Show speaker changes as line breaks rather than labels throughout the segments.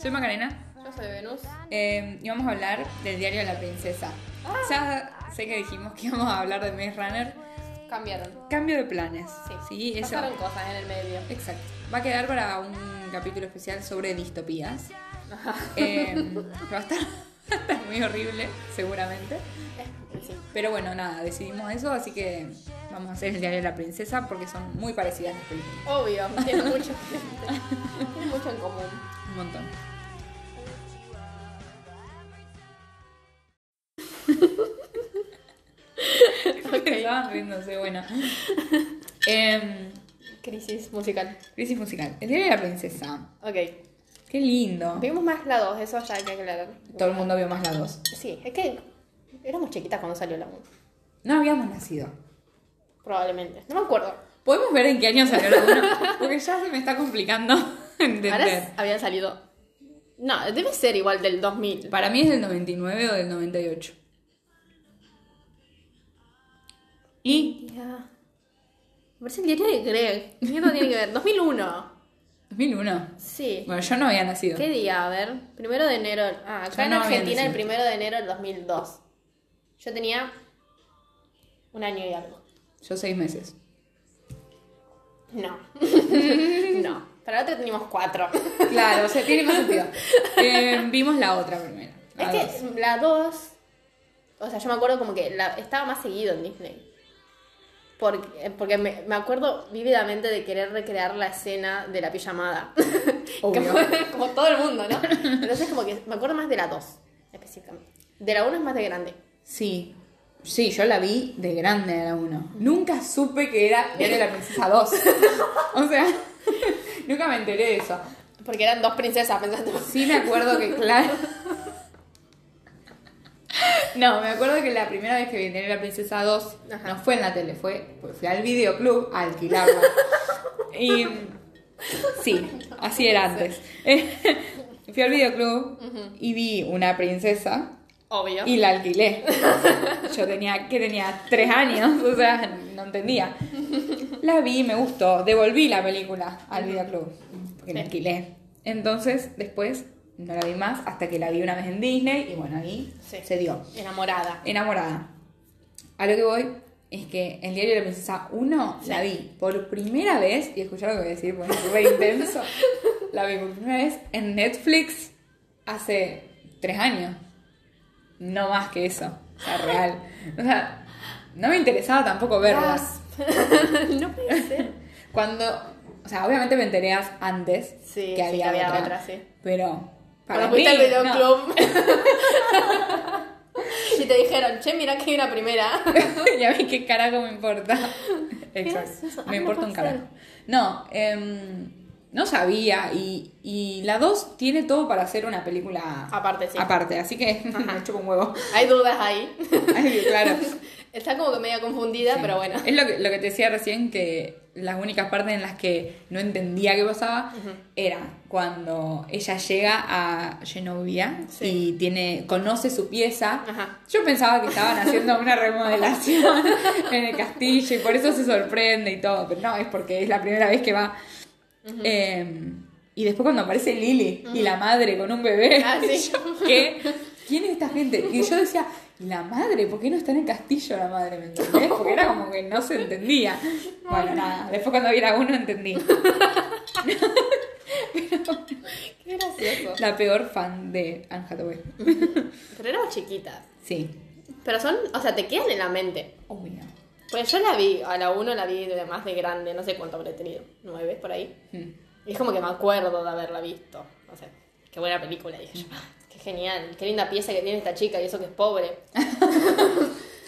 Soy Macarena
Yo soy Venus.
eh, y vamos a hablar del diario de la princesa. Ya sé que dijimos que íbamos a hablar de Maze Runner.
Cambiaron.
Cambio de planes.
Sí.
Sí, eso.
Pasaron cosas en el medio.
Exacto. Va a quedar para un capítulo especial sobre distopías. Eh, va a estar, va a estar muy horrible, seguramente.
Eh, Sí.
Pero bueno, nada, decidimos eso, así que vamos a hacer el diario de la princesa porque son muy parecidas las películas.
Obvio, tiene mucho, tiene mucho en común.
Un montón. Estaban riéndose, bueno. Em,
Crisis musical.
crisis musical. El diario de la princesa.
Ok.
Qué lindo.
Vimos más la 2, eso ya hay que aclarar.
Todo el mundo vio más la 2.
Sí, es que éramos chiquitas cuando salió la 1.
No habíamos nacido.
Probablemente. No me acuerdo.
¿Podemos ver en qué año salió la 1? Porque ya se me está complicando
Ahora
entender.
s- habían salido. No, debe ser igual del 2000.
Para mí es del 99 o del 98. Y
Ya. Me parece el diario de Greg. ¿Qué mierda tiene que ver? 2001.
2001.
Sí.
Bueno, yo no había nacido.
¿Qué día? A ver. Primero de enero. Ah,
Yo
acá en
no había
Argentina el
nacido.
primero de enero del 2002. Yo tenía un año y algo.
Yo seis meses.
No. no. Para el otro teníamos cuatro.
Claro, o sea, tiene más sentido. Eh, vimos la otra primero.
es
la Ah, dos.
que la dos. O sea, yo me acuerdo como que la, estaba más seguido en Disney. Porque, porque me, me acuerdo vívidamente de querer recrear la escena de la pijamada.
Obvio.
Como, como todo el mundo, ¿no? Entonces, como que me acuerdo más de la 2, específicamente. De la 1 es más de grande.
Sí. Sí, yo la vi de grande a la 1. Nunca supe que era Diario de la Princesa 2. O sea, nunca me enteré de eso.
Porque eran dos princesas pensando.
Sí me acuerdo que, claro... No, me acuerdo que la primera vez que vi Diario de la Princesa 2
Ajá.
no fue en la tele, fue, pues fui al videoclub a alquilarla. Y sí, así era antes. Fui al videoclub y vi una princesa
Obvio.
y la alquilé. Yo tenía que tenía tres años, o sea, no entendía. La vi, me gustó, devolví la película al videoclub porque la
Sí.
alquilé. Entonces, después no la vi más hasta que la vi una vez en Disney y bueno, ahí
Sí.
se dio.
Enamorada.
Enamorada. A lo que voy es que el diario de la princesa 1 la vi por primera vez, y escuchar lo que voy a decir, porque es re intenso. La vi por primera vez en Netflix hace tres años. No más que eso. O sea, real. O sea, no me interesaba tampoco verlas.
Ah. no puede ser.
Cuando. O sea, obviamente me enteré antes
Sí,
que
sí,
había,
que había
otra,
otra, sí.
Pero. Para
Para fuiste al
mí, no.
videoclub. y te dijeron, che, mirá que hay una primera.
ya ves qué carajo me importa.
es eso?
Exacto.
Ah,
Me
no
importa
puede
un
ser.
carajo. No, em, no sabía. Y, y la 2 tiene todo para hacer una película
Aparte, sí.
aparte. Así que me chupo un huevo.
Hay dudas ahí.
Ay, claro.
Está como que media confundida, pero bueno.
Es lo que, lo que te decía recién que las únicas partes en las que no entendía qué pasaba era cuando ella llega a Genovia
Sí.
y tiene conoce su pieza.
Ajá.
Yo pensaba que estaban haciendo una remodelación en el castillo y por eso se sorprende y todo, pero no, es porque es la primera vez que va. Eh, y después cuando aparece Lily y la madre con un bebé,
Ah, sí.
yo, ¿qué? ¿Quién es esta gente? Y yo decía, ¿y la madre? ¿Por qué no está en el castillo la madre? ¿Me entendés? Porque era como que no se entendía. Bueno, nada, después cuando vi la uno entendí.
Qué gracioso.
La peor fan de Anne Hathaway.
Pero éramos chiquitas.
Sí,
Pero son, o sea, te quedan en la mente.
obvio.
Pues yo la vi, a la 1 la vi de más de grande, no sé cuánto habré tenido, nueve por ahí.
Mm.
Y es como que me acuerdo de haberla visto. No sé, qué buena película, dije yo. Qué genial, qué linda pieza que tiene esta chica y eso que es pobre.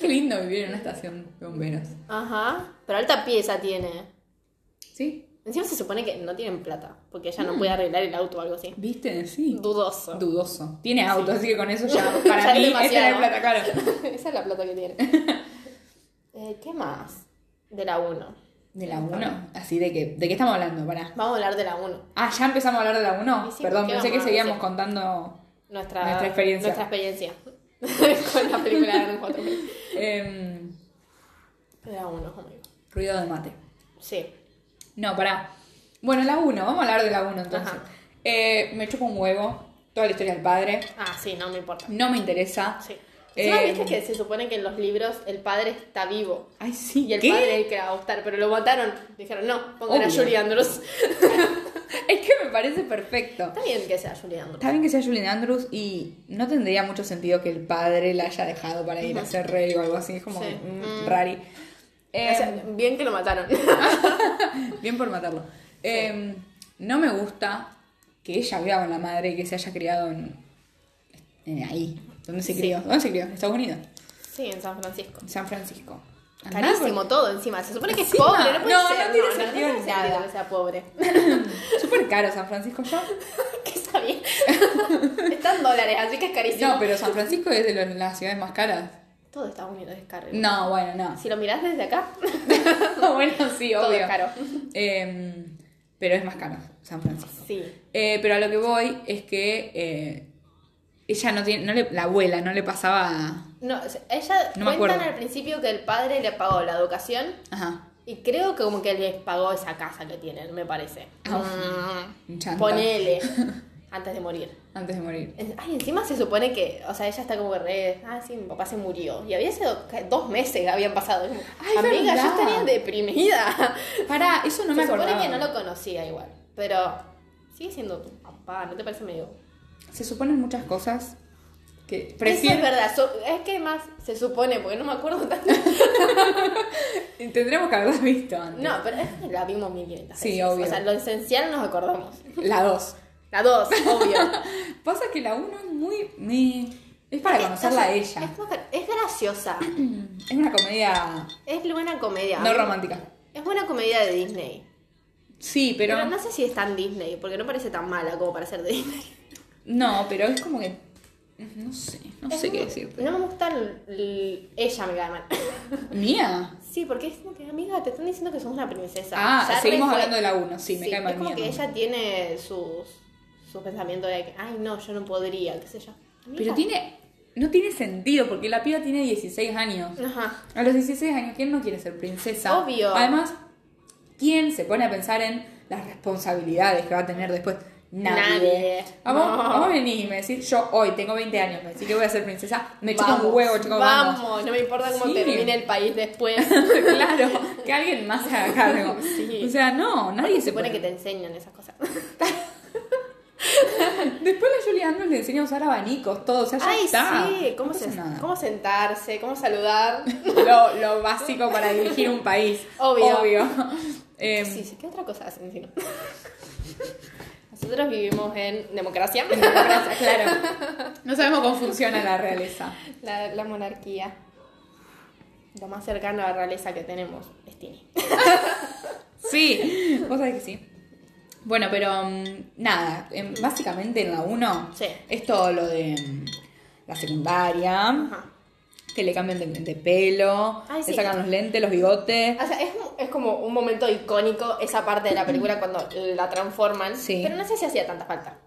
Qué lindo vivir en una estación de bomberos.
Ajá, pero alta pieza tiene.
¿Sí?
Encima se supone que no tienen plata, porque ella no puede arreglar el auto o algo así.
¿Viste? Sí.
Dudoso.
Dudoso. Tiene auto, así que con eso ya, para
Ya es
mí, esa
demasiado.
era plata, claro.
Esa es la plata que tiene. Eh, ¿Qué más? De la 1.
De la 1, así de que, ¿de qué estamos hablando? Pará.
Vamos a hablar de la 1.
Ah, ya empezamos a hablar de la 1.
Y sí,
Perdón,
¿qué
pensé que
vamos a
seguíamos
decir?
contando.
Nuestra,
Nuestra experiencia.
Nuestra experiencia. Con la película de los cuatro.
em,
De la 1, amigo.
ruido de mate.
Sí.
No, pará. Bueno, la 1, vamos a hablar de la 1 entonces.
Ajá.
Eh, me chupa un huevo. Toda la historia del padre.
Ah, sí, no me importa.
No me interesa.
Sí.
Eh,
Encima, viste que se supone que en los libros el padre está vivo.
Ay, sí.
Y el
¿qué?
padre es el que la va a gustar, pero lo mataron. Dijeron, no, pongan
Obvio.
a Julie Andrews.
Es que me parece perfecto.
Está bien que sea Julie Andrews.
Está bien que sea Julian Andrews y no tendría mucho sentido que el padre la haya dejado para ir a ser rey o algo así. Es como
Sí.
mm, rari.
O sea,
Em,
bien que lo mataron.
Bien por matarlo. Eh, no me gusta que ella viva con la madre y que se haya criado en, en ahí. ¿Dónde se
Sí.
crió? ¿Dónde se crió? En Estados Unidos.
sí, en San Francisco.
En San Francisco. Andá
Carísimo todo encima. Se supone que es
Encima.
pobre, no puede
No,
ser.
no tiene sentido
tiene
nada.
sentido que sea pobre.
por- Súper caro San Francisco yo.
que está bien. Está en dólares, así que es carísimo.
No, pero San Francisco es de los- las ciudades más caras.
Todo Estados Unidos es caro.
No, bueno, no.
Si lo mirás desde acá,
bueno, sí,
Todo
obvio.
es caro.
Eh, pero es más caro San Francisco.
sí.
Eh, pero a lo que voy es que eh, ella no tiene, no le- la abuela no le pasaba...
No, o sea, ella
No me
cuentan
acuerdo.
al principio que el padre le pagó la educación
Ajá.
y creo que como que les pagó esa casa que tienen, me parece.
Ah,
Mm,
un chanta.
ponele antes de morir.
Antes de morir.
En- Ay, encima se supone que, o sea, ella está como re, ah, sí, mi papá se murió. Y había sido ca- dos meses, habían pasado. Yo como,
Ay, Ah,
Amiga,
verdad.
yo estaría deprimida.
Pará, eso no
se
me
supone
acordaba.
que no lo conocía igual, pero sigue siendo tu papá, ¿no te parece medio?
Se suponen muchas cosas que
Eso
prefiero.
es verdad, so- es que más se supone, porque no me acuerdo tanto.
Tendremos que haberlas visto antes.
No, pero es que la vimos 1500
Sí,
veces.
obvio.
O sea, lo esencial nos acordamos.
La 2.
La dos, obvio.
Pasa que la 1 es muy. muy- Es para conocerla a
Es-
ella.
Es, como que- es graciosa.
Es una comedia
Es buena comedia.
no romántica.
Es buena comedia de Disney.
Sí, pero.
Pero, no sé si es tan Disney, porque no parece tan mala como para ser de Disney.
No, pero es como que. No sé, no sé qué decirte.
No me gusta el- el- ella, me cae mal.
¿Mía?
Sí, porque es como que, amiga, te están diciendo que sos una princesa.
Ah,
Ya
seguimos
re fue-
hablando de la 1. Sí, me cae mal
Es como
mía,
que
no.
ella tiene sus, sus pensamientos de que, ay, no, yo no podría, qué sé yo.
Pero
Amiga.
tiene. No tiene sentido porque la piba tiene 16 años.
Ajá.
A los 16 años, ¿quién no quiere ser princesa?
Obvio.
Además, ¿quién se pone a pensar en las responsabilidades que va a tener después? Nadie.
Nadie.
Vamos,
No.
vamos a venir y me decís, yo hoy tengo 20 años, me decís que voy a ser princesa, me chupa un
Vamos,
huevo, chicos,
Vamos,
vamos.
no me importa cómo
Sí.
termine el país después.
claro, que alguien más se haga cargo.
Sí.
O sea, no, nadie
se
se
supone
pone.
que te enseñan esas cosas.
Después la Julie Andrews le enseña a usar abanicos, todo, o sea, ya
Ay,
está.
sí, cómo,
No
se-
pasa nada.
cómo sentarse, cómo saludar.
Lo, lo básico para dirigir un país.
Obvio.
Em,
sí, sí, ¿qué otra cosa hacen? Si no? Nosotros vivimos en democracia,
democracia, claro. No sabemos cómo funciona la realeza.
la, la monarquía. Lo más cercano a la realeza que tenemos es Tini.
Sí, vos sabés que sí. Bueno, pero mm, nada, em, básicamente en la 1
Sí.
es todo lo de mm, la secundaria,
Ajá.
que le cambian de, de pelo,
Ay,
le
sí.
sacan los lentes, los bigotes.
O sea, es, es como un momento icónico esa parte de la película cuando la transforman.
Sí.
Pero no sé si hacía tanta falta.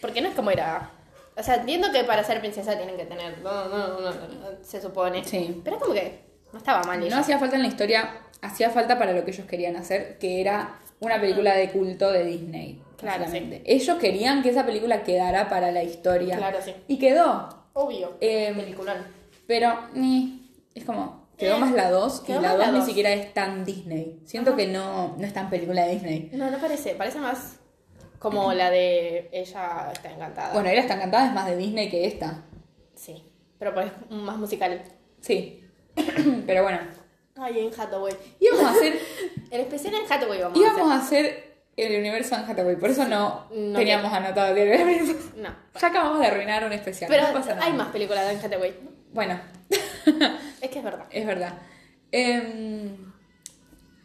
Porque no es como era. O sea, entiendo que para ser princesa tienen que tener. No, no, no, no, no, se supone.
Sí.
Pero es como que no estaba mal
No
ella.
hacía falta en la historia, hacía falta para lo que ellos querían hacer, que era una película de culto de Disney.
Ah. Claro,
básicamente. Ellos querían que esa película quedara para la historia.
Claro, sí.
Y quedó.
Obvio.
Em,
Peliculón.
Pero ni, es como, quedó más la 2 y
Eh, Quedó
la
más la
2 ni
dos.
siquiera es tan Disney. Siento que no, no es tan película de Disney.
No, no parece. Parece más como la de ella está encantada.
Bueno, Ella está encantada es más de Disney que esta.
Sí. Pero pues más musical.
Sí. Pero bueno.
Ay, en Hathaway.
Íbamos a hacer,
En especial en Hathaway vamos a
íbamos a hacer el universo en Hathaway, por eso no,
No
teníamos anotado el diario de la princesa.
hacer- No.
Ya acabamos de arruinar un especial.
Pero
no pasa nada.
hay más películas de Anne Hathaway.
Bueno,
Es que es verdad.
es verdad. Em,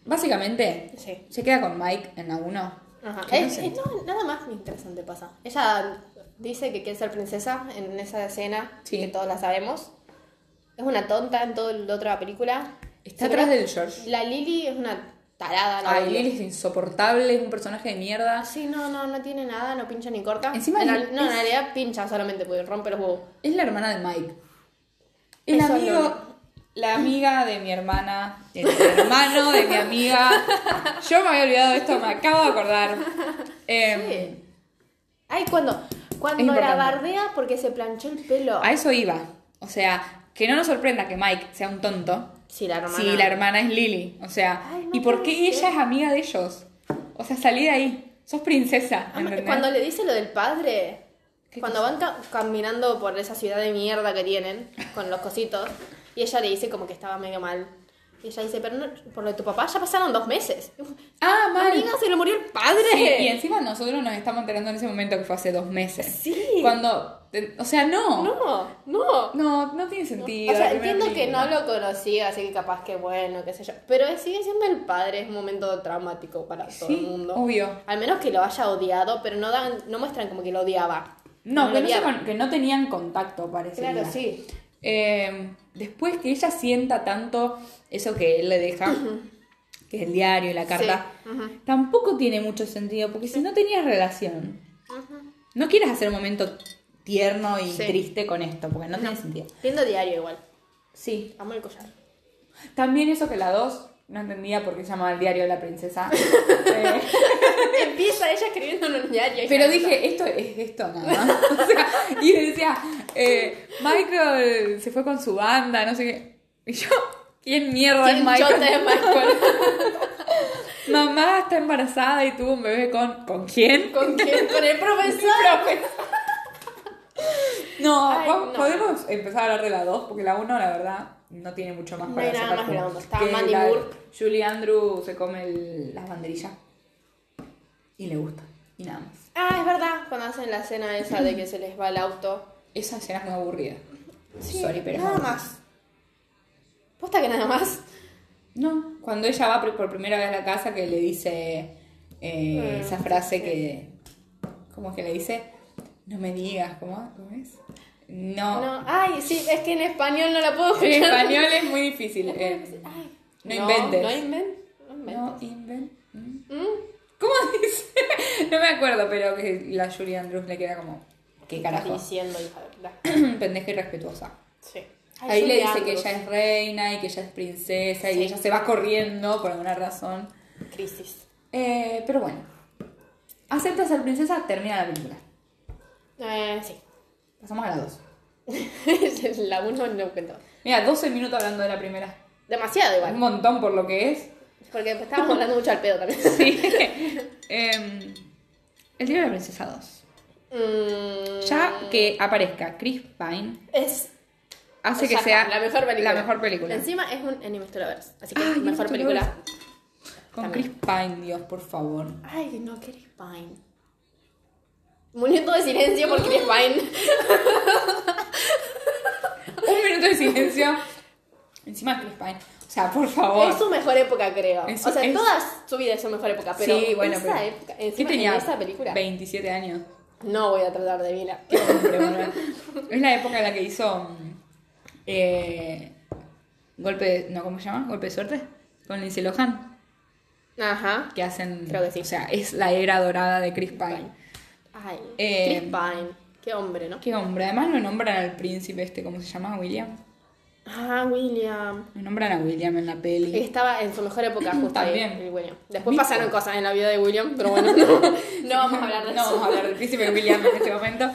básicamente,
Sí.
se queda con Mike en la 1.
Ajá.
Que no
Es-
sé.
es- no, nada más interesante pasa. Ella dice que quiere ser princesa en esa escena,
Sí.
que todos la sabemos. Es una tonta en toda la otra película.
Está
Se
atrás
cree-
del George.
La Lily es una tarada. La
Ay,
odio.
Lily es insoportable, es un personaje de mierda.
Sí, no, no, no tiene nada, no pincha ni corta.
Encima
En
es-
real- no,
es-
en realidad pincha solamente porque rompe los huevos.
Es la hermana de Mike. El
Eso
amigo,
no.
la amiga de mi hermana, el hermano de mi amiga. Yo me había olvidado de esto, me acabo de acordar. Em,
Ay, cuando,
Es
cuando la
importante.
bardea porque se planchó el pelo.
A eso iba. O sea, que no nos sorprenda que Mike sea un tonto
Sí, la hermana.
si la hermana es Lily. O sea,
Ay, no
¿y por qué
puede
ella
ser.
es amiga de ellos? O sea, salí de ahí. Sos princesa.
Ama-
¿entendés?
Cuando le dice lo del padre,
¿Qué
cuando van ca- caminando por esa ciudad de mierda que tienen, con los cositos, y ella le dice como que estaba medio mal. Y ella dice, pero no- por lo de tu papá ya pasaron dos meses.
Ah, mal.
Amiga, se le murió el padre.
Sí, y encima nosotros nos estamos enterando en ese momento que fue hace dos meses.
Sí.
Cuando. eh, O sea, no. No,
No, no.
no, tiene sentido.
o sea,
la primera
entiendo que
película.
no lo conocía, así que capaz que bueno, qué sé yo. Pero sigue siendo el padre, es un momento traumático para todo
Sí,
el mundo.
obvio.
Al menos que lo haya odiado, pero no dan, no muestran como que lo odiaba.
No,
lo
que no, se
odiaba.
con- que no tenían contacto, parece.
Claro, sí.
Eh, después que ella sienta tanto eso que él le deja, que es el diario y la carta,
Sí, ujú.
tampoco tiene mucho sentido, porque si no tenías relación, no quieras hacer un momento tierno y
Sí.
triste con esto, porque no, tiene sentido.
Lindo diario igual.
Sí.
Amo el collar.
También eso que la 2 no entendía por qué se llamaba el diario de la princesa. Eh,
Empieza ella escribiendo en un diario.
pero dije, esto es esto nada más. O sea, y decía, eh, Michael se fue con su banda, no sé qué. Y yo, ¿quién mierda es Michael? Mamá está embarazada y tuvo un bebé con. ¿Con quién?
¿Con quién? Con el profesor.
No,
Ay,
po-
no.
podemos empezar a hablar de la 2, porque la 1, la verdad, no tiene mucho más
No
para
hay nada
sacar
más que la
jugo.
uno. Está
Que
Mandy
la-
Moore.
Julie Andrew se come el- las banderillas. Y le gusta. Y nada más.
ah, es verdad. Cuando hacen la escena esa de que se les va el auto.
Esa escena es muy aburrida. Sorry, pero. es
nada
aburrida.
más. Posta que nada más.
No, cuando ella va por- por primera vez a la casa que le dice eh,
Mm,
esa frase que. Como que le dice. No me digas, ¿cómo, cómo es?
No. Ay, sí, es que en español no la puedo escuchar.
En español es muy difícil. eh,
Ay.
no, inventes.
No inven- no
No
inventes.
inven- mm.
Mm.
¿Cómo dice? No me acuerdo, pero que la Julie Andrews le queda como. ¿Qué carajo?
Estás diciendo, hija de puta.
Pendeja irrespetuosa.
Sí. Ay,
Ahí le
Julie
dice que
Andrews.
ella es reina y que ella es princesa
Sí.
y ella se va corriendo por alguna razón.
Crisis.
Eh, pero bueno. Acepta ser princesa, termina la película.
Eh, sí.
Pasamos a la 2.
la uno no cuento.
Mira, 12 minutos hablando de la primera.
Demasiado igual.
Un montón por lo que es.
Porque estábamos hablando mucho al pedo también.
Sí. Em, el diario de la princesa 2.
Mm,
Ya que aparezca Chris Pine
es
hace
o
que
sea,
sea
la mejor película.
la mejor película.
Encima es un Anime Storyverse, así que
Ay, Anime
mejor película.
Con
También.
Chris Pine, Dios, por favor.
Ay, no, Chris Pine. Momento de silencio por Chris Pine.
Un minuto de silencio. Encima Chris Pine. O sea, por favor.
Es su mejor época, creo.
Oh. Es-
o sea,
es-
toda su vida es su mejor época, pero
sí, bueno,
esa
pero-
época,
¿Qué
encima
tenía?
en esa película,
27 años.
no voy a tratar de adivinar.
Qué hombre, boludo. es la época en la que hizo. mm, eh, golpe de. ¿No? ¿Cómo se llama? ¿Golpe de suerte? Con Lindsay Lohan.
Ajá.
Que hacen.
Creo que sí.
O sea, es la era dorada de Chris Pine.
Pine. Ay,
Eh,
Chris Pine. Qué hombre, ¿no?
Qué hombre. Además lo nombran al príncipe este, ¿cómo se llama? William.
Ah, William.
Lo nombran a William en la peli.
Estaba en su mejor época justo ahí,
También.
el William. Después
Mismo.
pasaron cosas en la vida de William, pero bueno, no, no vamos a hablar de
No
eso.
vamos a hablar del príncipe William en este momento.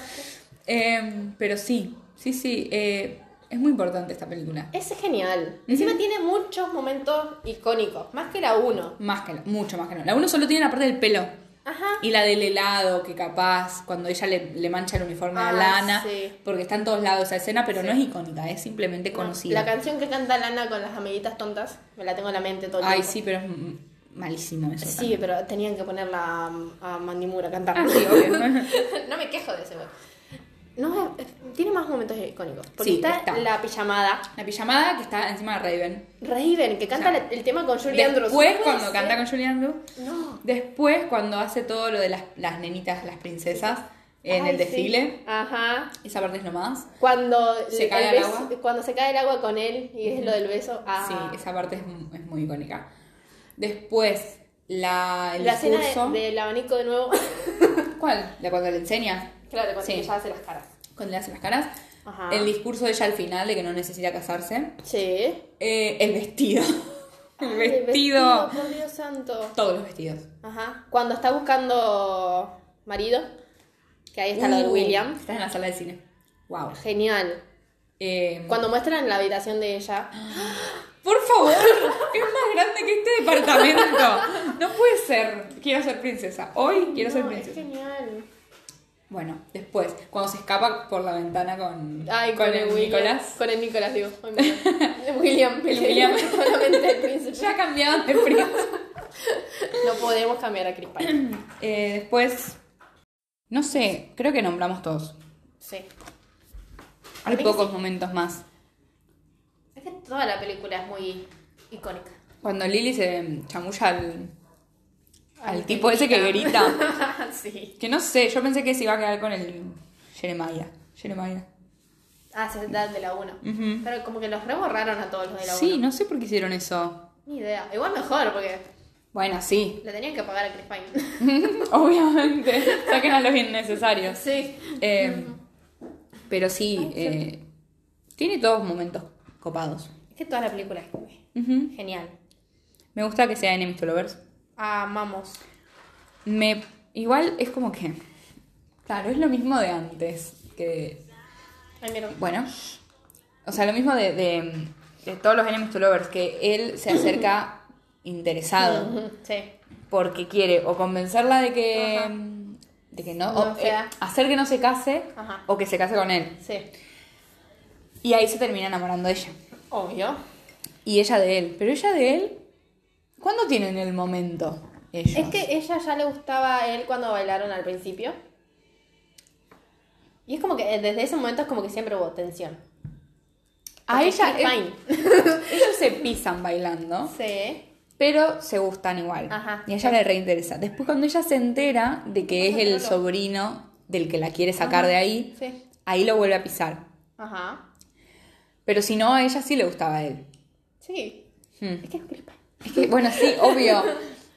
Em, pero sí, sí, sí. eh, es muy importante esta película.
Es genial. Encima tiene muchos momentos icónicos, más que la uno.
Más que la- mucho más que no. La uno solo tiene la parte del pelo.
Ajá.
Y la del helado, que capaz, cuando ella le, le mancha el uniforme a
Ah,
Lana.
sí.
Porque está en todos lados esa escena, pero no es icónica, es simplemente conocida.
La canción que canta Lana con las amiguitas tontas, me la tengo en la mente todo el
Ay,
tiempo.
sí, pero es m- malísimo eso.
Sí, pero tenían que ponerla a, a Mandy Moore a cantar.
también. Ah, sí, obvio.
no me quejo de ese güey. No, es- tiene más momentos icónicos. Porque
Sí,
está,
está.
la pijamada.
La pijamada que está encima de Raven.
Raven, que canta
O sea,
la- el tema con Julie Andrews.
Después,
No puede
cuando
ser.
canta con Julian Andrews.
No.
Después, cuando hace todo lo de las, las nenitas, las princesas, en
Ay,
el
sí.
desfile.
Ajá.
Esa parte es lo más.
Cuando
Se
el
cae al
beso-
agua.
Cuando se cae el agua con él y es lo del beso. Ah.
Sí, esa parte es, m- es muy icónica. Después, la, el
la escena de-
discurso.
del abanico de nuevo.
¿Cuál? La cuando le enseña.
claro, cuando
Sí.
ella hace las caras.
cuando le hace las caras.
Ajá.
El discurso de ella al final de que no necesita casarse.
Sí.
Eh, el vestido.
Ay,
el
el
vestido.
Por Dios santo.
Todos los vestidos.
Ajá. Cuando está buscando marido. Que ahí está lo de
Uh,
William.
Estás en la sala de cine. Wow.
Genial.
Eh,
Cuando muestran la habitación de ella,
Por favor, es más grande que este departamento. No puede ser. Quiero ser princesa. Hoy quiero ser
No,
princesa.
Es genial.
Bueno, después, cuando se escapa por la ventana con,
Ay, con, el William,
Nicolás.
Con el Nicolás, digo. Ay, mira. William.
El William.
Solamente el príncipe.
Ya cambiaban de príncipe.
No podemos cambiar a Chris Pine.
Eh, después, no sé, creo que nombramos todos.
Sí.
Hay
Parece que
pocos momentos más.
Es que toda la película es muy icónica.
Cuando Lily se chamulla al, al
Ay,
tipo ese que grita.
sí.
Que no sé, yo pensé que se iba a quedar con el Jeremiah. Jeremiah.
Ah, se trata de la 1.
Ujú.
Pero como que los reborraron a todos los de la 1.
Sí, no sé por qué hicieron eso.
Ni idea. Igual mejor, porque
Bueno, sí,
le tenían que pagar a Chris Pine.
obviamente. Saquen a los innecesarios.
sí.
Eh, pero sí, eh, tiene todos momentos copados.
Es que toda la película es
Ujú.
genial.
Me gusta que sea Enemies to Lovers.
Amamos.
Me, igual es como que. Claro, es lo mismo de antes. Que
Ay, mira.
Bueno, o sea, lo mismo de, de- de todos los enemies to lovers, que él se acerca interesado
Sí.
porque quiere o convencerla de que, de que no, o,
No sea.
eh, hacer que no se case
Ajá.
o que se case con él.
Sí.
Y ahí se termina enamorando de ella.
Obvio.
Y ella de él. Pero ella de él, ¿cuándo tienen el momento? Ellos?
Es que ella ya le gustaba a él cuando bailaron al principio. Y es como que eh, desde ese momento es como que siempre hubo tensión.
a
Porque
ella,
Chris
él- ellos se pisan bailando.
Pine. Sí.
Pero se gustan igual.
Ajá.
Y a ella le reinteresa. Después cuando ella se entera de que es
Ajá,
el
claro.
sobrino del que la quiere sacar de ahí,
Sí.
ahí lo vuelve a pisar.
Ajá.
Pero si no, a ella sí le gustaba a él.
Sí.
Hmm.
Es que es Chris Pine.
Es que, bueno, sí, obvio.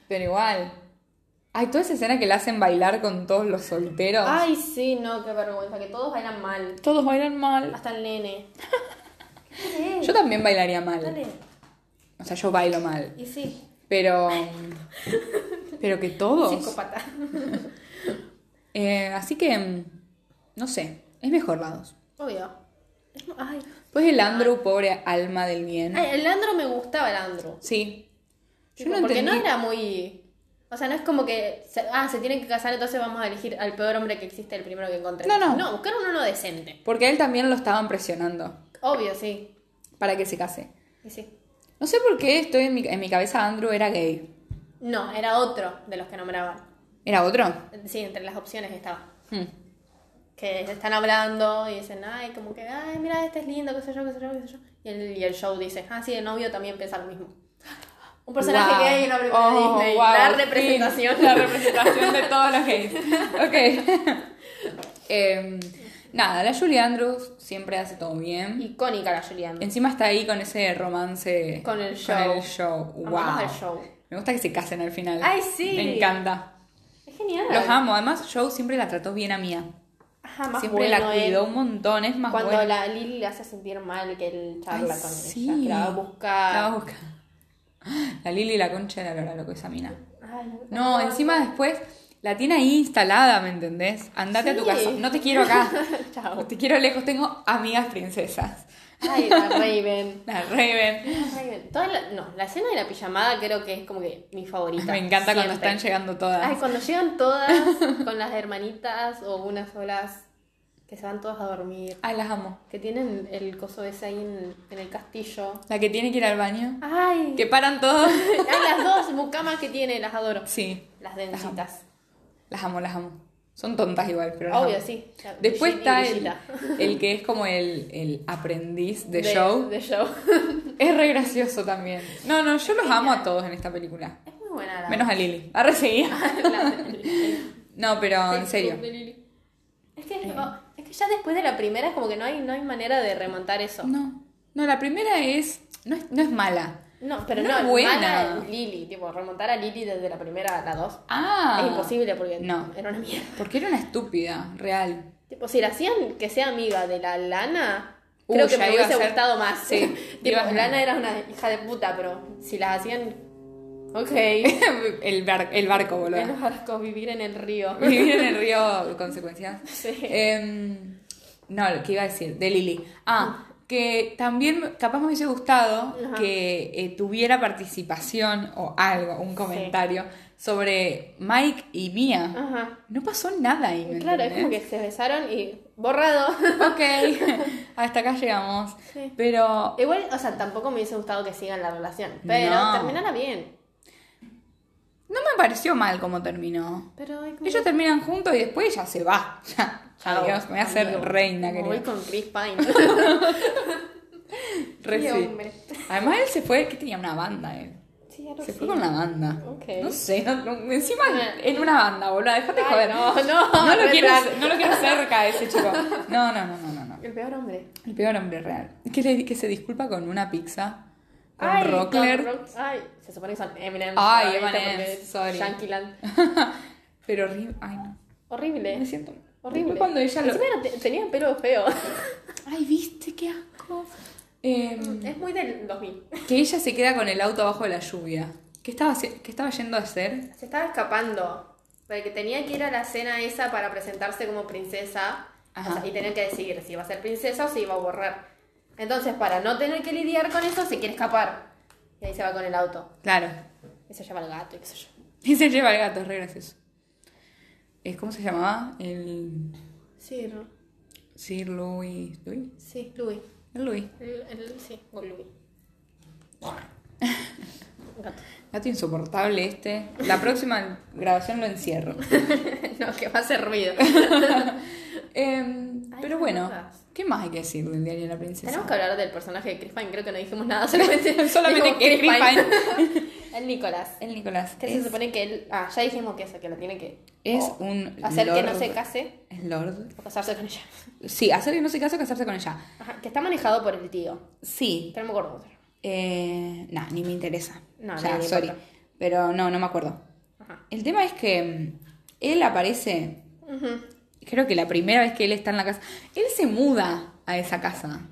Pero igual. Hay toda esa escena que la hacen bailar con todos los solteros.
Ay, sí, no, qué vergüenza, que todos bailan mal.
Todos bailan mal.
Hasta el nene.
Yo también bailaría
Dale.
mal. O sea, yo bailo mal.
Y sí,
Pero... Pero que todos.
psicópata.
Eh, así que... mm, No sé. Es mejor la dos.
Obvio. Es mo- Ay.
Pues el Andrew, pobre alma del bien.
Ah. Ay, el Andro me gustaba el Andro.
Sí. Yo
Tipo,
no
porque
entendí.
no era muy. O sea, no es como que. se- ah, se tienen que casar, entonces vamos a elegir al peor hombre que existe, el primero que encontremos.
No, no.
No, buscaron uno decente.
Porque a él también lo estaban presionando
Obvio, sí.
para que se case.
Y sí.
No sé por qué estoy en mi, en mi cabeza Andrew era gay.
No, era otro de los que nombraban.
¿Era otro?
Sí, entre las opciones estaba.
Hmm.
Que se están hablando y dicen, ay, como que, ay, mira, este es lindo, qué sé yo, qué sé yo, qué sé yo. Y el, y el show dice, ah, sí, el novio también piensa lo mismo. Un personaje
Wow.
que hay en una película de
Oh,
Disney.
wow,
la
sí.
representación.
la representación de todos los gays. Ok. Em, nada, la Julie Andrews siempre hace todo bien.
Icónica la Juliana.
Encima está ahí con ese romance.
Con el show.
el show.
Amamos
Wow.
el show.
Me gusta que se casen al final.
Ay, sí.
Me encanta.
Es genial.
Los amo. Además, Joe siempre la trató bien a Mía.
Ajá, más
Siempre la
bueno es
cuidó un montón. Es más
Cuando
buena.
la Lily le hace sentir mal que él
Ay,
charla con
sí.
ella, que la va a buscar.
La va a buscar. La Lili y la concha de la lora, loco, esa mina.
Ay,
No, encima después la tiene ahí instalada, ¿me entendés? Andate a tu
Sí.
casa. No te quiero acá.
Chao.
Te quiero lejos. Tengo amigas princesas.
Ay, la Raven.
La Raven.
La Raven. Toda la- no, la escena de la pijamada creo que es como que mi favorita.
Me encanta cuando
siempre.
están llegando todas.
Ay, cuando llegan todas con las hermanitas o unas solas que se van todas a dormir.
Ay, las amo.
Que tienen el coso ese ahí en, en el castillo.
La que tiene que ir al baño.
Ay.
Que paran todos.
Ay, las dos mucamas que tiene, las adoro.
Sí,
Las densitas.
las amo, las amo. Son tontas igual, pero las
Obvio,
amo.
sí. La-
Después
Brillita
está
y
el,
brillita.
el que es como el, el aprendiz de, show.
De show.
Es re gracioso también. No, no, yo los amo a todos en esta película.
Es muy buena la
Menos a Lily. Ahora seguía.
la- el-
No, pero
el
en serio. Eh.
club de Lili. Es que, oh, es que ya después de la primera es como que no hay, no hay manera de remontar eso. No,
No. No, la primera es. No es, no es mala.
pero
No
no,
es
es
buena.
mala es Lili, tipo, remontar a Lili desde la primera a la dos.
Ah.
es imposible porque
No.
era una mierda.
Porque era una estúpida, real.
Tipo, si la hacían que sea amiga de la Lana,
Uh,
creo que
ya
me
iba a
hubiese
ser-
gustado más.
Sí,
tipo,
iba a ser-
Lana era una hija de puta, pero si las hacían Ok.
el, bar- el barco, boludo.
En los barcos, vivir en el río.
Vivir en el río, consecuencias.
Sí.
Em, no, lo que iba a decir, de Lili. Ah, que también me- capaz me hubiese gustado
Ajá.
que eh, tuviera participación o algo, un comentario sobre Mike y Mía.
Ajá.
No pasó nada ahí, ¿me
Ah. Claro, es
entendés?
como que se besaron y borrado.
Ok, hasta acá llegamos.
Sí.
Pero eh,
Igual, o sea, tampoco me hubiese gustado que sigan la relación. Pero
No.
terminara bien.
no me pareció mal como terminó.
Pero es como-
Ellos terminan juntos y después ya se va. Ya, ya,
Chao,
Dios, me voy a hacer
amigo.
reina,
Me
querida.
Voy con Chris Pine.
Re
Sí,
sí.
hombre.
Además él se fue, que tenía una banda él.
Sí, algo
Se
así.
fue con la banda.
Ok.
No sé, no- no- encima
Ah.
en una banda, boludo. Dejate
Ay,
joder.
no, no,
No lo, quiero,
retracto.
no lo quiero cerca a ese chico. No, no, no, no, no. no.
El peor hombre.
El peor hombre real. Que, le- que se disculpa con una pizza. Con
Ay,
Rockler.
con Rock- Ay, se supone que son Eminem.
Ay,
ahorita
Eminem,
porque es
sorry.
Yankeeland.
Pero horrible. Ay, no. Me
Horrible.
siento.
Eh, Horrible.
Después cuando ella lo.
Encima era- te- tenía pelo feo.
Ay, viste, qué asco. Em,
es muy del 2000.
que ella se queda con el auto abajo de la lluvia. ¿Qué estaba, haci- qué estaba yendo a hacer?
Se estaba escapando. Porque tenía que ir a la cena esa para presentarse como princesa. o
Ajá.
sea, y tenía que decidir si iba a ser princesa o si iba a borrar. Entonces, para no tener que lidiar con eso, se quiere escapar. Y ahí se va con el auto.
Claro.
Y se lleva al gato y qué sé yo.
Y se lleva el gato, es re gracioso. Eh, ¿Cómo se llamaba? El.
Sí, ¿no?
Sir Louis. ¿Louis?
Sí, Louis.
El Louis.
El, el- sí, con Louis. Gato.
Gato insoportable este. La próxima grabación lo encierro.
no, que va a hacer ruido.
Em, pero bueno,
cosas.
¿qué más hay que decir del diario de la princesa?
Tenemos que hablar del personaje de Chris Pine. Creo que no dijimos nada. Solamente,
Solamente
dijimos
que Chris
el Nicolás.
El Nicolás.
Que se
es,
supone que él. Ah, ya dijimos que eso, que lo tiene que.
es
o
un.
Hacer que no
lord.
se case
Es Lord.
o casarse con ella.
Sí, hacer que no se case o casarse con ella.
Ajá, que está manejado por el tío.
Sí.
Pero no me acuerdo cómo se llama.
Eh, nah, ni me interesa.
No,
o sea,
ni me
sorry.
importa.
Pero no, no me acuerdo.
Ajá.
El tema es que mm, él aparece. Creo que la primera vez que él está en la casa. Él se muda a esa casa.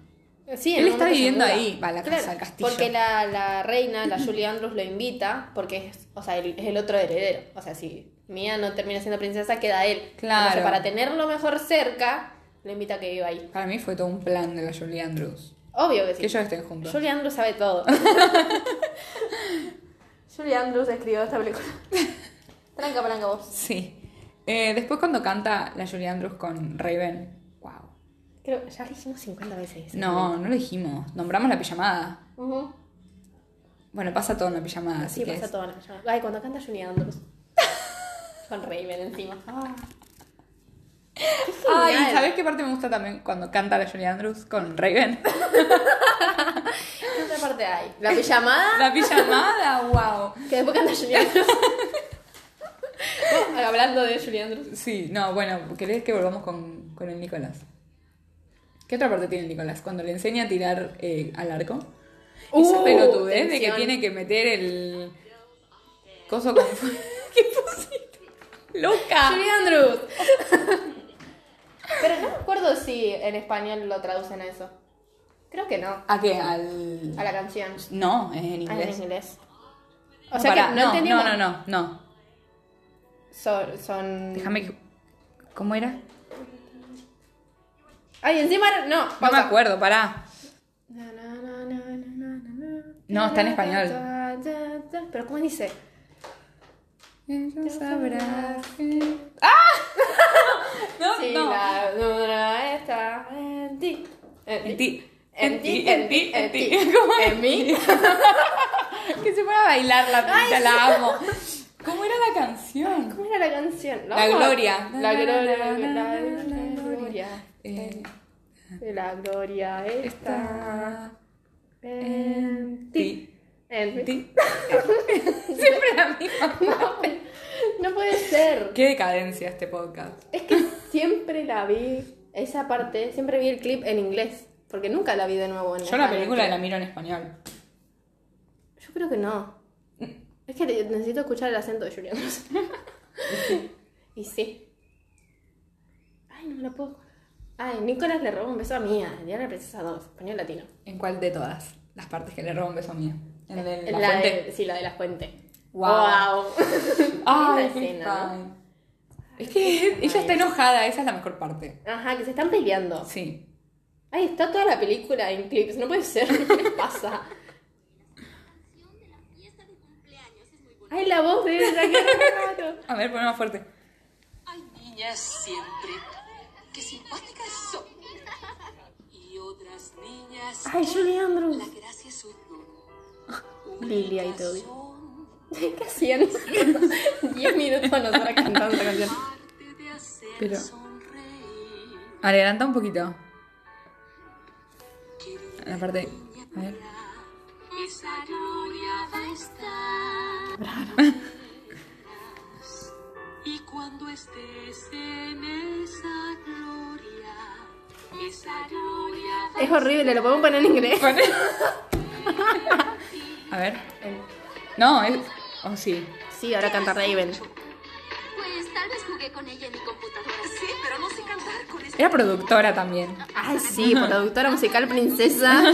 Sí, en
Él
un
está
momento se
viviendo
muda.
ahí, va, la casa, el castillo.
Porque la, la reina, la Julie Andrews, lo invita porque es, o sea, él es el otro heredero. O sea, si Mia no termina siendo princesa, queda él.
Claro.
Entonces, para tenerlo mejor cerca, lo invita a que viva ahí.
Para mí fue todo un plan de la Julie Andrews.
Obvio que sí.
Que ellos estén juntos.
Julie Andrews sabe todo. Julie Andrews escribió esta película. Tranca, palanca vos.
Sí. Eh, después cuando canta la Julie Andrews con Raven. Wow.
Creo, ya lo dijimos 50 veces.
No, no lo dijimos. Nombramos la pijamada. Bueno, pasa todo en la pijamada, así
Así
que
pasa
es-
toda la llamada. Ay, cuando canta Julie Andrews. Con Raven encima. Ah. Qué
Ay,
genial.
¿sabes qué parte me gusta también cuando canta la Julie Andrews con Raven?
¿Qué otra parte hay? La pijamada,
La pijamada, wow.
que después canta Julie Andrews. Vos, Hablando de Julie Andrews.
Sí, no, bueno, ¿querés que volvamos con, con el Nicolás? ¿Qué otra parte tiene el Nicolás? Cuando le enseña a tirar eh, al arco. Esa
Uh,
pelotudez de que
tensión.
tiene que meter el. Coso con. ¿Qué pusiste? ¡Loca!
Julie Andrews. Pero no me acuerdo si en español lo traducen a eso. Creo que no.
¿A qué? Al.
A la canción.
No, es en
Ah, en
inglés.
inglés. O sea
Pará,
que no,
no,
entendimos.
no, no, no, no.
Son, son-
Déjame que. ¿Cómo era?
Ay, encima no.
No me
pausa.
acuerdo, pará.
Na, na, na, na, na, na, na.
No, está en español.
Ta, ta, ta. Pero ¿cómo dice?
No
sabrás
¡Ah! No,
Sí,
no.
la dura está en ti. En
En
ti.
ti. En ti, en ti, en ti. ¿Cómo era?
En mí.
Que se fuera a bailar la pinta, la amo. ¿Cómo era la canción?
¿Cómo era la canción? No,
La
no.
gloria.
La gloria. La
La
gloria.
gloria. Eh,
La gloria está
Está
en ti.
ti,
En ti.
ti. Siempre la misma.
No puede ser.
Qué decadencia este podcast.
Es que siempre la vi, esa parte, siempre vi el clip en inglés, porque nunca la vi de nuevo en
Yo la
español,
película
creo.
la miro en español.
Yo creo que no. Es que le- necesito escuchar el acento de Julián. y sí. Ay, no me lo puedo. Ay, Nicolás le robó un beso a Mía, Diana la Princesa 2, español latino.
¿En cuál de todas las partes que le robo un beso a mí? En el- la
La
fuente.
de- sí, la de la fuente.
Wow. Ay, Fishpie. Es que ella está enojada, esa es la mejor parte.
Ajá, que se están peleando.
Sí.
Ahí está toda la película en clips, no puede ser, ¿qué les pasa?
de la fiesta de cumpleaños es muy bonita.
Ay, la voz de ella, qué raro.
A ver, ponemos fuerte.
Hay niñas siempre que simpáticas son. Y otras niñas.
Ay, Julie
La
Andrews.
gracia es un don.
Lilia y
Únicas
Toby.
son
¿Qué hacían? 10 minutos nosotros cantando esa canción.
Parte de hacer
Pero-
sonreír.
Adelanta un poquito.
Querida
La parte. A ver.
Esa gloria va a estar. Y cuando estés en esa gloria, esa gloria va
Es horrible, lo podemos poner en inglés.
Pon- A ver. No, es. Oh, sí.
Sí, ahora canta Raven.
Pues tal vez jugué con ella en mi computadora. Sí, pero no sé cantar con esta.
Era productora también.
Ay, sí, productora musical princesa.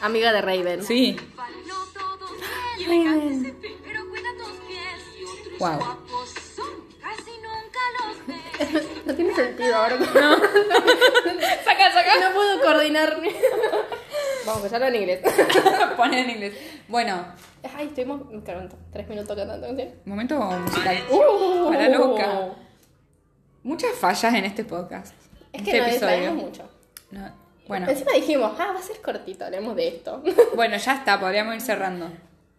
Amiga de Raven.
Sí.
No todos bien, elegantes se ven, pero cuida tus pies. Y otros
Wow.
guapos son, casi nunca los ves.
No tiene sentido ahora. No,
Saca, saca.
puedo coordinarme. Vamos a empezarlo en inglés.
Pone en inglés. Bueno,
Ay, estuvimos. Claro, tres minutos cantando canción.
momento musical.
Uh,
Para loca. Muchas fallas en este podcast.
Es
en
que
este
nos
episodio.
distraemos mucho.
No, Bueno,
Encima dijimos, ah, va a ser cortito, hablemos de esto.
bueno, ya está, podríamos ir cerrando.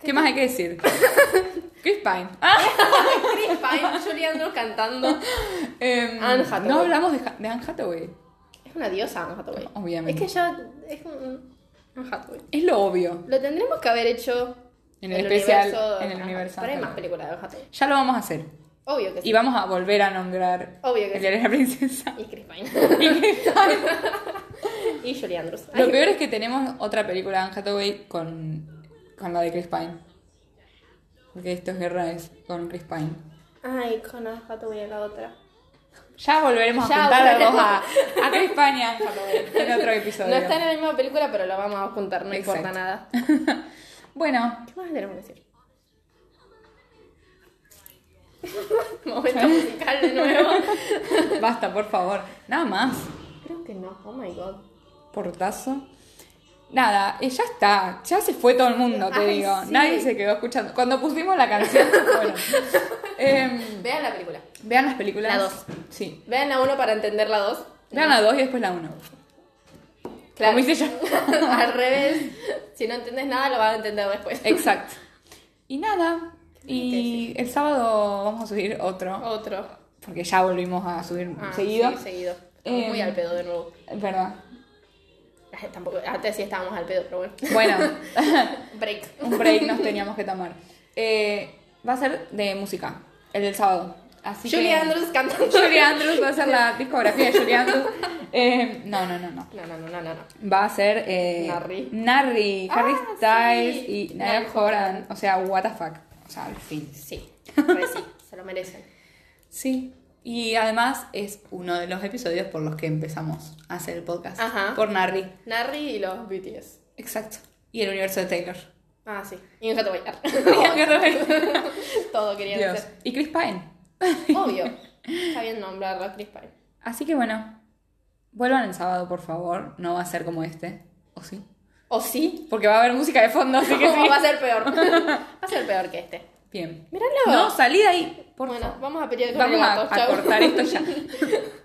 ¿Qué más hay que decir? Chris Pine. Ah,
Chris Pine, Julie Andrews cantando.
em,
Anne Hathaway.
no hablamos de, Ha- de Anne Hathaway.
Es una diosa Anne Hathaway.
Obviamente.
Es que ya es un Anne Hathaway.
Es lo obvio.
Lo tendremos que haber hecho
En el especial,
universo-
en el
Ajá,
universo
Pero hay
Anne
más
Hathaway.
películas de Anne Hathaway.
Ya lo vamos a hacer.
Obvio que sí.
Y vamos a volver a nombrar
Obvio que
el diario de la princesa.
Y Chris Pine. y Julie Andrews.
Lo
Ay,
peor es que tenemos otra película de Anne Hathaway con, con la de Chris Pine. Porque esto es guerra es con Chris Pine.
Ay, con Anne Hathaway en la otra.
Ya volveremos
Ya
a juntar a,
volveremos.
dos, a, a Chris Pine y a Anne Hathaway en otro episodio.
No está en la misma película, pero la vamos a juntar, no importa
Exacto.
nada.
Bueno,
¿Qué más tenemos que decir? Momento musical de nuevo.
basta, por favor. Nada más.
Creo que no, oh my god.
Portazo. Nada, eh, ya está. Ya se fue todo el mundo, te
Ay,
digo.
sí.
Nadie se quedó escuchando. Cuando pusimos la canción, bueno. Em,
Vean la película.
vean las películas.
La dos.
Sí.
Vean la 1 para entender la 2.
Vean la 2 y después la 1. Como hice yo.
Al revés. Si no entendés nada, lo vas a entender después.
Exacto. Y nada. Y el sábado vamos a subir otro.
Otro.
Porque ya volvimos a subir
Ah,
seguido.
sí, seguido. Em.
Eh,
Muy al pedo de nuevo.
Es verdad.
Ay, Tampoco, antes sí estábamos al pedo, pero bueno.
Bueno,
Break.
un break nos teníamos que tomar. Eh, va a ser de música, el del sábado. Así que-
Julie Andrews cantando.
Julie Andrews va a ser la discografía de Julie Andrews. Eh, no, no, no, no.
No, no, no, no, no. no.
Va a ser eh,
Narri.
Narri,
Ah,
Harry Styles
sí.
y Niall
Niall
Horan. O sea, what the fuck. O sea, al fin.
Sí, pues sí, se lo merecen.
Sí. Y además es uno de los episodios por los que empezamos a hacer el podcast.
Ajá.
Por Narri.
Narry y los BTS.
Exacto. Y el universo de Taylor.
Ah, sí. Y un Hathaway. Todo querían
Dios.
hacer.
Y Chris Pine.
Obvio. Está bien nombrarlo a Chris Pine.
Así que bueno, vuelvan el sábado, por favor. No va a ser como este. ¿O sí?
¿O sí?
Porque va a haber música de fondo, así que
¿Cómo
sí.
va a ser peor? va a ser peor que este.
Bien.
Míralo.
No, salí de ahí. Por
bueno,
favor.
vamos a pelear con
Vamos
el
a,
gato.
a
Chau.
cortar esto ya.